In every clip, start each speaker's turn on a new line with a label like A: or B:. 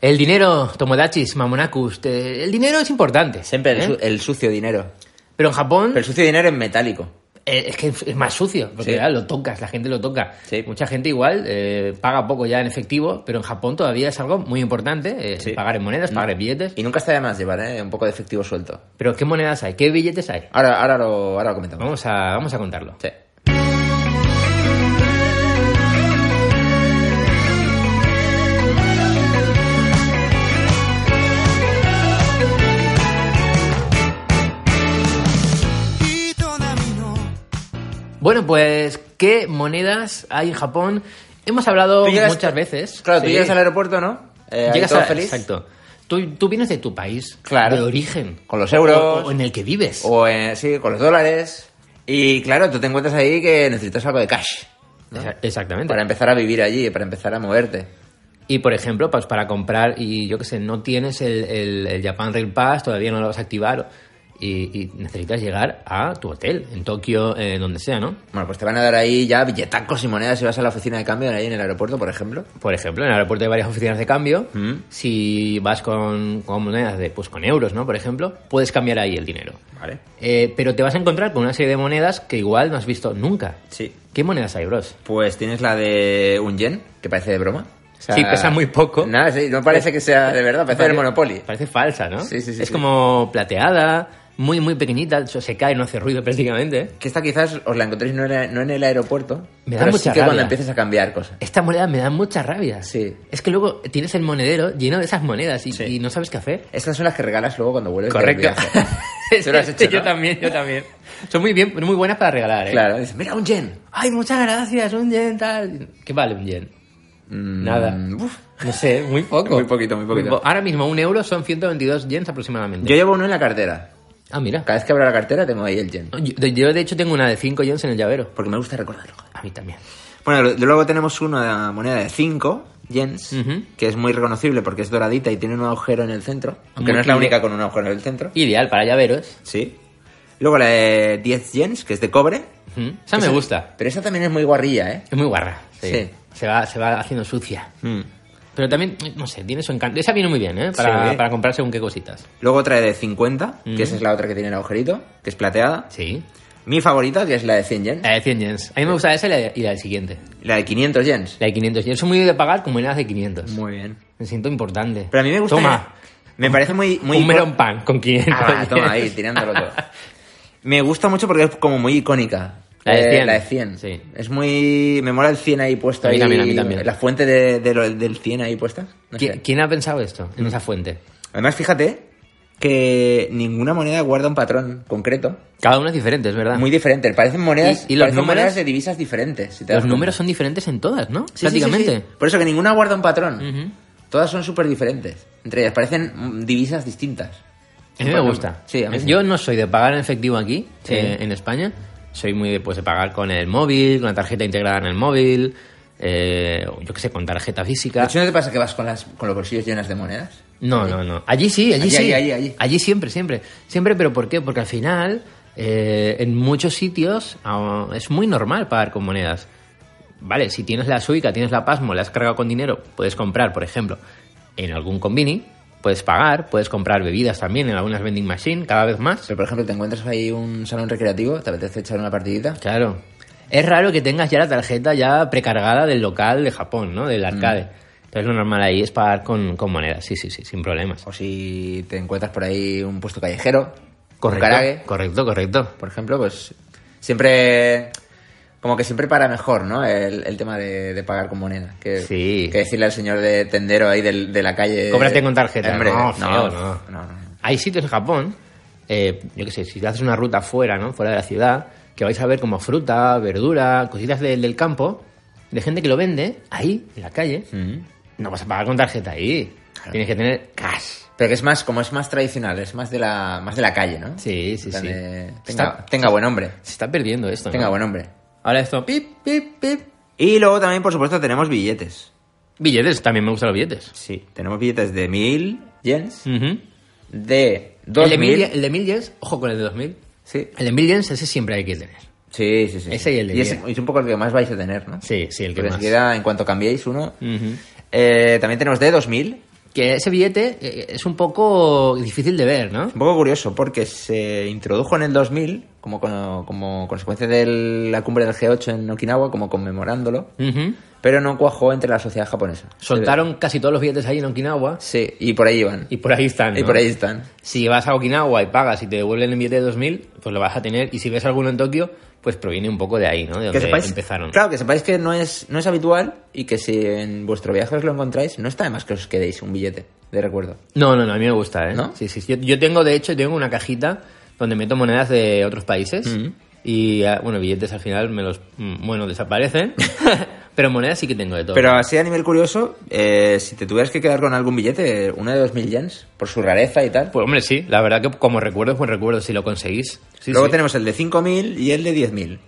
A: El dinero, Tomodachis, Mamonacus, te- el dinero es importante.
B: Siempre el,
A: ¿eh?
B: su- el sucio dinero.
A: Pero en Japón
B: Pero el sucio dinero es metálico.
A: eh, es que es más sucio, porque
B: Sí.
A: claro, lo tocas, la gente lo toca.
B: Sí.
A: Mucha gente igual eh, paga poco ya en efectivo, pero en Japón todavía es algo muy importante, eh,
B: Sí. Mm.
A: pagar en monedas, pagar en billetes.
B: Y nunca está de más llevar, ¿eh? Un poco de efectivo suelto.
A: Pero ¿qué monedas hay? ¿Qué billetes hay?
B: Ahora, ahora, lo, ahora lo comentamos.
A: Vamos a, vamos a contarlo.
B: Sí.
A: Bueno, pues, ¿qué monedas hay en Japón? Hemos hablado
B: Tú llegas-
A: muchas veces.
B: Claro, tú
A: Sí.
B: llegas al aeropuerto, ¿no? Eh, ahí
A: Llegas
B: todo
A: a-
B: feliz.
A: Exacto. Tú, tú vienes de tu país,
B: Claro.
A: de origen,
B: Con los euros.
A: o, o en el que vives.
B: O eh, sí, con los dólares. Y claro, tú te encuentras ahí que necesitas algo de cash.
A: Esa- Exactamente.
B: Para empezar a vivir allí, para empezar a moverte.
A: Y por ejemplo, pues para comprar, y yo qué sé, no tienes el, el- el Japan Rail Pass, todavía no lo vas a activar, y, y necesitas llegar a tu hotel, en Tokio, eh, donde sea, ¿no?
B: Bueno, pues te van a dar ahí ya billetacos y monedas si vas a la oficina de cambio ahí en el aeropuerto, por ejemplo.
A: Por ejemplo, en el aeropuerto hay varias oficinas de cambio.
B: Mm.
A: Si vas con, con monedas de, pues con euros, ¿no? Por ejemplo, puedes cambiar ahí el dinero.
B: Vale.
A: Eh, pero te vas a encontrar con una serie de monedas que igual no has visto nunca.
B: Sí.
A: ¿Qué monedas hay, bros?
B: Pues tienes la de un yen, que parece de broma. O
A: Sí, pesa muy poco.
B: Nada, sí, no parece que sea de verdad, parece el Monopoly.
A: Parece falsa, ¿no?
B: Sí, sí, sí,
A: Es
B: sí.
A: como plateada, muy, muy pequeñita, o sea, se cae, no hace ruido prácticamente.
B: Que esta quizás os la encontréis no en el, no en el aeropuerto,
A: Me da
B: pero
A: mucha
B: sí que cuando
A: rabia.
B: empieces a cambiar cosas.
A: Esta moneda me da mucha rabia.
B: Sí.
A: Es que luego tienes el monedero lleno de esas monedas y,
B: Sí.
A: y no sabes qué hacer.
B: Estas son las que regalas luego cuando vuelves del viaje. Tú lo has hecho,
A: Sí, yo
B: ¿no?
A: también, yo también. Son muy bien, muy buenas para regalar, ¿eh?
B: Claro, dices, mira, un yen.
A: Ay, muchas gracias, un yen tal. ¿Qué vale un yen?
B: Mm,
A: Nada.
B: uf.
A: No sé, muy poco.
B: Muy poquito, muy poquito.
A: po- Ahora mismo un euro son 122 yens aproximadamente.
B: Yo llevo uno en la cartera.
A: Ah, mira.
B: Cada vez que abro la cartera tengo ahí el yen.
A: Yo, yo, de hecho tengo una de 5 yens en el llavero.
B: Porque me gusta recordarlo.
A: A mí también.
B: Bueno, lo- luego tenemos una moneda de 5 yens,
A: Ujú.
B: que es muy reconocible porque es doradita y tiene un agujero en el centro. Aunque
A: Muy
B: no es la
A: chulo.
B: única con un agujero en el centro.
A: Ideal para llaveros.
B: Sí. Luego la de 10 yens, que es de cobre.
A: Ujú. Esa me
B: Esa-
A: gusta.
B: Pero esa también es muy guarrilla, ¿eh?
A: Es muy guarra. Sí.
B: Sí.
A: Se, va, se va haciendo sucia. Pero también, no sé, tiene su encanto. Esa viene muy bien, ¿eh? Para,
B: Sí.
A: para comprar según qué cositas.
B: Luego otra de 50,
A: Ujú.
B: que esa es la otra que tiene el agujerito, que es plateada.
A: Sí.
B: Mi favorita, que es la de 100 yens.
A: La de 100 yens. A mí me gusta esa y la, de- y la del siguiente.
B: La de 500 yens.
A: La de 500 yens. Soy muy de pagar como en las de 500.
B: Muy bien.
A: Me siento importante.
B: Pero a mí me gusta...
A: Toma,
B: Me parece muy... muy
A: un melón pan con 500
B: Ah, toma ahí,
A: yens.
B: tirándolo todo. Me gusta mucho porque es como muy icónica.
A: La de
B: Eh,
A: 100.
B: la de 100.
A: Sí.
B: Es muy... Me mola el 100 ahí puesto.
A: A mí
B: ahí,
A: también, a mí también.
B: La fuente de, de lo- del 100 ahí puesta. No
A: ¿Qui-
B: sé. Mm.
A: ¿Quién ha pensado esto en esa fuente?
B: Además, fíjate que ninguna moneda guarda un patrón concreto.
A: Cada uno es diferente, es verdad.
B: Muy diferente. Parecen monedas,
A: ¿Y- y los
B: parecen
A: números?
B: monedas de divisas diferentes. si te das
A: Los
B: cuenta.
A: números son diferentes en todas, ¿no?
B: Sí, sí, sí,
A: Prácticamente.
B: sí. Por eso que ninguna guarda un patrón.
A: Ujú.
B: Todas son súper diferentes. Entre ellas parecen mm, divisas distintas.
A: A mí me
B: Por
A: gusta.
B: ejemplo. Sí, a mí sí.
A: Yo no soy de pagar en efectivo aquí,
B: Sí.
A: eh, en España. Soy muy de, pues, de pagar con el móvil, con la tarjeta integrada en el móvil, eh, o yo qué sé, con tarjeta
B: ¿De
A: física.
B: hecho no te pasa que vas con, las, con los bolsillos llenos de monedas?
A: No, no, no. Allí sí, allí,
B: Allí,
A: sí.
B: allí, allí, allí.
A: siempre, siempre. Siempre, pero ¿por qué? Porque al final, eh, en muchos sitios ah, es muy normal pagar con monedas. Vale, si tienes la Suica, tienes la Pasmo, la has cargado con dinero, puedes comprar, por ejemplo, en algún convini, puedes pagar, puedes comprar bebidas también en algunas vending machine, cada vez más.
B: Pero, por ejemplo, te encuentras ahí un salón recreativo, te apetece echar una partidita.
A: Claro. Es raro que tengas ya la tarjeta ya precargada del local de Japón, ¿no? Del arcade. Entonces lo normal ahí es pagar con, con monedas, sí, sí, sí, sin problemas.
B: O si te encuentras por ahí un puesto callejero, un
A: Correcto,
B: karaage,
A: correcto, correcto.
B: por ejemplo, pues siempre... Como que siempre para mejor, ¿no? El, el tema de, de pagar con moneda. Que,
A: Sí.
B: que decirle al señor de tendero ahí del- de la calle...
A: Cóbrate con tarjeta.
B: Hombre,
A: No, feo, no.
B: no, no.
A: Hay sitios en Japón, eh, yo qué sé, si haces una ruta fuera, ¿no? Fuera de la ciudad, que vais a ver como fruta, verdura, cositas de- del campo, de gente que lo vende ahí, en la calle.
B: Mm.
A: No vas a pagar con tarjeta ahí.
B: Claro.
A: Tienes que tener cash.
B: Pero que es más, como es más tradicional, es más de la, más de la calle, ¿no?
A: Sí, sí,
B: En plan
A: sí.
B: de, tenga,
A: Está-
B: tenga buen hombre,
A: Se está perdiendo esto, ¿no?
B: tenga buen hombre.
A: Ahora esto, pip, pip, pip.
B: Y luego también, por supuesto, tenemos billetes.
A: Billetes, también me gustan los billetes.
B: Sí. Tenemos billetes de 1000 yens,
A: El
B: de
A: de
B: 2000.
A: mil ye- Mm. el de mil yens, ojo con el de 2000.
B: Sí.
A: El de mil yens, ese siempre hay que tener.
B: Sí, sí, sí.
A: Ese y el de
B: y es,
A: 10.
B: es un poco el que más vais a tener, ¿no?
A: Sí, sí, el que
B: Porque
A: más.
B: enseguida, en cuanto cambiéis uno.
A: Ujú.
B: Eh, también tenemos de 2000,
A: que ese billete eh, es un poco difícil de ver, ¿no?
B: Un poco curioso porque se introdujo en el 2000 como, como, como consecuencia de la cumbre del G8 en Okinawa, como conmemorándolo,
A: Ujú.
B: pero no cuajó entre la sociedad japonesa.
A: Soltaron casi todos los billetes ahí en Okinawa
B: Sí, y por ahí iban.
A: y por ahí están.
B: Y
A: ¿no?
B: por ahí están.
A: Si vas a Okinawa y pagas y te devuelven el billete de 2000, pues lo vas a tener. Y si ves alguno en Tokio, pues proviene un poco de ahí, ¿no? De
B: Que
A: donde
B: sepáis,
A: empezaron.
B: Claro, que sepáis que no es, no es habitual y que si en vuestro viaje os lo encontráis, no está de más que os quedéis un billete de recuerdo.
A: No, no, no, a mí me gusta, ¿eh?
B: ¿No?
A: Sí, sí. sí. Yo, yo tengo, de hecho, tengo una cajita donde meto monedas de otros países.
B: Mm.
A: Y, ah, bueno, billetes al final me los. mm, Bueno, desaparecen. pero monedas sí que tengo de todo.
B: Pero así a nivel curioso, eh, si te tuvieras que quedar con algún billete, uno de 2.000 yens, por su rareza y tal.
A: Pues, hombre, sí. La verdad que como recuerdo es buen recuerdo si lo conseguís. Sí,
B: Luego
A: sí.
B: tenemos el de 5.000 y el de 10.000.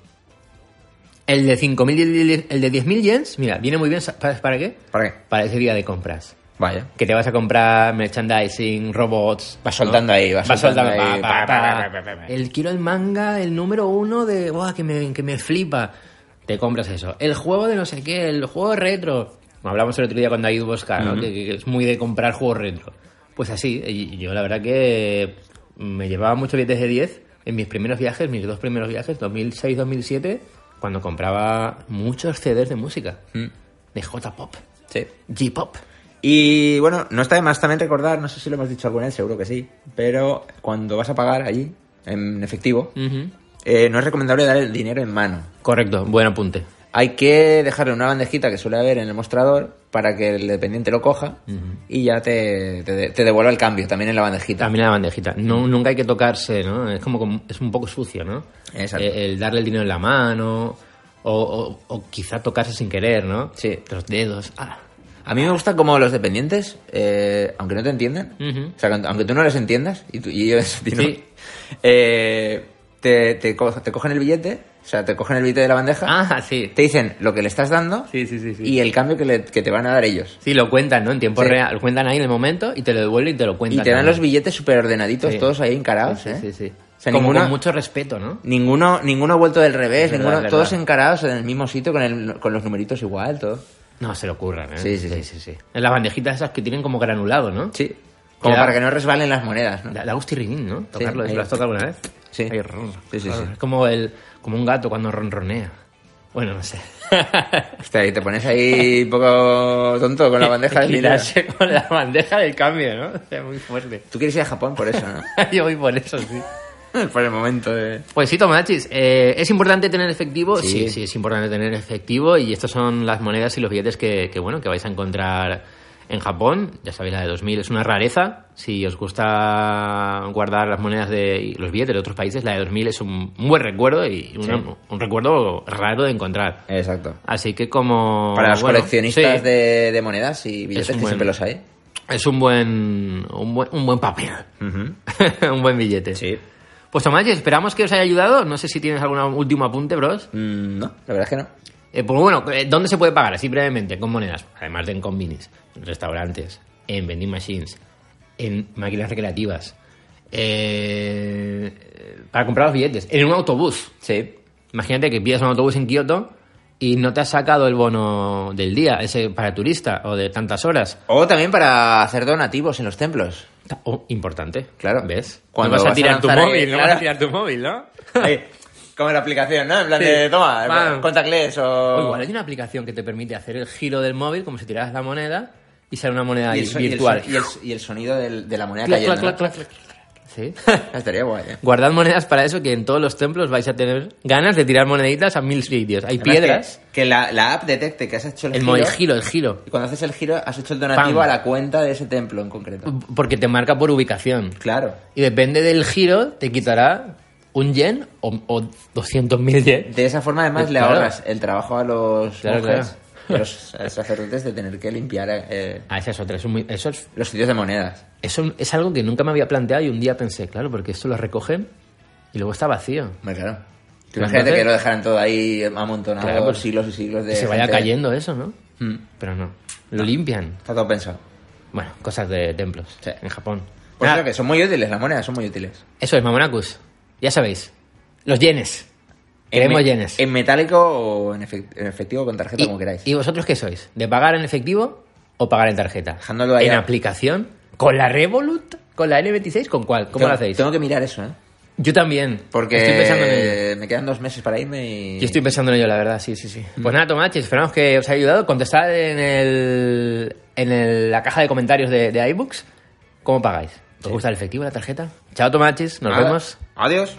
A: El de 5.000 y el de- el de 10.000 yens, mira, viene muy bien. ¿sa- ¿Para, para qué?
B: ¿Para qué?
A: Para ese día de compras.
B: Vaya.
A: Que te vas a comprar merchandising, robots.
B: Vas soltando ahí, vas soltando
A: pa,
B: ahí,
A: pa,
B: pa,
A: pa.
B: pa, pa, pa.
A: El quiero el manga, el número uno de. ¡Buah, que me, que me flipa! Te compras eso. El juego de no sé qué, el juego retro. Como hablamos el otro día cuando hay Buscar, ¿no? que, que es muy de comprar juegos retro. Pues así, y- y yo la verdad que me llevaba muchos billetes de 10 en mis primeros viajes, mis dos primeros viajes, 2006-2007, cuando compraba muchos CDs de música,
B: Mm.
A: de J-Pop,
B: Sí.
A: G-Pop.
B: Y bueno, no está de más también recordar, no sé si lo hemos dicho alguna vez, seguro que sí, pero cuando vas a pagar allí, en efectivo,
A: Mm.
B: eh, no es recomendable dar el dinero en mano.
A: Correcto, buen apunte.
B: Hay que dejarle una bandejita que suele haber en el mostrador para que el dependiente lo coja y ya te, te- te devuelva el cambio también en la bandejita.
A: También la bandejita. No, nunca hay que tocarse, ¿no? Es como, como- es un poco sucio, ¿no?
B: Exacto.
A: Eh, El, darle el dinero en la mano o, o- o quizá tocarse sin querer, ¿no?
B: Sí.
A: Los dedos. Ah.
B: A mí me gusta como los dependientes, eh, aunque no te entiendan,
A: Ujú.
B: o sea, cuando- aunque tú no les entiendas, y, tú- y ellos a ti no,
A: Sí.
B: eh, te, te co- te cogen el billete, o sea, te cogen el billete de la bandeja,
A: Ah, sí.
B: te dicen lo que le estás dando
A: Sí, sí, sí, sí.
B: y el cambio que, le- que te van a dar ellos.
A: Sí, lo cuentan, ¿no? En tiempo
B: Sí.
A: real. Lo cuentan ahí en el momento y te lo devuelven y te lo
B: Y
A: cuentan.
B: te dan
A: ¿no?
B: los billetes súper ordenaditos,
A: Sí.
B: todos ahí encarados,
A: Sí,
B: ¿eh?
A: sí, sí.
B: O sea,
A: como
B: ninguno-
A: con mucho respeto, ¿no?
B: Ninguno, ninguno vuelto del revés,
A: Es verdad,
B: ninguno,
A: es verdad.
B: todos encarados en el mismo sitio, con, el- con los numeritos igual, todo.
A: No, se lo curran, ¿eh?
B: Sí, sí, sí.
A: En las bandejitas esas que tienen como granulado, ¿no?
B: Sí. Como
A: Queda-
B: para que no resbalen las monedas, ¿no?
A: Da, da gusto y rimín, ¿no? Tocarlo,
B: ahí.
A: ¿lo has tocado alguna vez?
B: Sí.
A: Ahí, ron.
B: Sí, sí, sí.
A: Es como, el, como un gato cuando ronronea. Bueno, no sé.
B: Hostia, y te pones ahí un poco tonto con la bandeja de dinero.
A: Quitarse con la bandeja del cambio, ¿no? Es muy fuerte.
B: Tú quieres ir a Japón por eso, ¿no?
A: Yo voy por eso, sí.
B: por el momento de...
A: Pues sí, Tomachis, eh, ¿es importante tener efectivo?
B: Sí.
A: sí, es importante tener efectivo y estas son las monedas y los billetes que, que, bueno, que vais a encontrar en Japón. Ya sabéis, la de 2000 es una rareza. Si os gusta guardar las monedas de y los billetes de otros países, la de 2000 es un, un buen recuerdo y una-
B: Sí.
A: un recuerdo raro de encontrar.
B: Exacto.
A: Así que como...
B: Para los
A: bueno,
B: coleccionistas
A: sí,
B: de, de monedas y
A: Es
B: billetes
A: un
B: que
A: buen-
B: siempre los hay.
A: Es un buen, un buen, un buen papel. un buen billete.
B: Sí.
A: Pues Tomás, esperamos que os haya ayudado. No sé si tienes algún último apunte, bros.
B: Mm, no, la verdad es que no.
A: Eh, pues bueno, eh, ¿dónde se puede pagar? Así brevemente, con monedas. Además de en combinis, en restaurantes, en vending machines, en máquinas recreativas. eh, para comprar los billetes. En un autobús.
B: Sí.
A: Imagínate que pides un autobús en Kioto y no te has sacado el bono del día, ese para turista o de tantas horas.
B: O también para hacer donativos en los templos.
A: Ta- oh, importante.
B: Claro.
A: ¿Ves?
B: Cuando
A: no vas,
B: vas
A: a
B: a
A: tirar tu
B: lanzar ahí,
A: móvil, no
B: claro.
A: vas a tirar tu móvil, ¿no?
B: Ahí, como en la aplicación, ¿no? En plan
A: Sí.
B: de, toma,
A: Va.
B: contactless
A: O
B: o...
A: igual hay una aplicación que te permite hacer el giro del móvel como si tiraras la moneda y sale una moneda ahí
B: y el, so- y el so-
A: virtual.
B: Y el, y el sonido del- de la moneda
A: Clac,
B: cayendo.
A: clac,
B: ¿no?
A: clac, clac, clac. Sí.
B: Estaría guay, ¿eh?
A: Guardad monedas para eso, que en todos los templos vais a tener ganas de tirar moneditas a mil sitios. Hay piedras,
B: Que, que la, la app detecte que has hecho el,
A: el, mo-
B: giro,
A: el giro, el giro.
B: Y cuando haces el giro, has hecho el donativo
A: Pam.
B: a la cuenta de ese templo en concreto.
A: Porque te marca por ubicación.
B: Claro.
A: Y depende del giro, te quitará un yen o, o 200.000 yen.
B: De esa forma, además,
A: Pues
B: le
A: claro.
B: ahorras el trabajo a los
A: Claro,
B: monjes, a los a los sacerdotes de tener que limpiar eh,
A: Ah, esa es otra. Eso es, muy- eso es-
B: los sitios de monedas.
A: eso es algo que nunca me había planteado y un día pensé, claro, porque esto lo recogen y luego está vacío.
B: Hombre, claro. Tú
A: Pero
B: imagínate
A: entonces-
B: que lo dejaran todo ahí amontonado
A: Claro, pues,
B: siglos y siglos de.
A: que se vaya
B: gente.
A: cayendo eso, ¿no?
B: Mm.
A: Pero no. Lo limpian.
B: Está todo pensado.
A: Bueno, cosas de templos
B: Sí.
A: en Japón.
B: Pues
A: Nada,
B: creo que son muy útiles, las monedas son muy útiles.
A: Eso es, Mamonacus. Ya sabéis. Los yenes. Queremos
B: en, me-
A: yenes.
B: En metálico o en, efec- en efectivo con tarjeta,
A: y,
B: como queráis.
A: ¿Y vosotros qué sois? ¿De pagar en efectivo o pagar en tarjeta?
B: Dejándolo ahí
A: ¿En
B: a-
A: aplicación? ¿Con la Revolut? ¿Con la N26? ¿Con cuál? ¿Cómo
B: Tengo-
A: lo hacéis?
B: Tengo que mirar eso, ¿eh?
A: Yo también.
B: Porque
A: Estoy pensando en ello.
B: me quedan dos meses para irme y...
A: Yo estoy pensando en ello, la verdad, sí, sí, sí.
B: Mm.
A: Pues nada, Tomachi, esperamos que os haya ayudado. Contestad en, el, en el- la caja de comentarios de, de iBooks cómo pagáis. ¿Os gusta el efectivo, la tarjeta? Chao, Tomachis, nos
B: Nada.
A: vemos.
B: Adiós.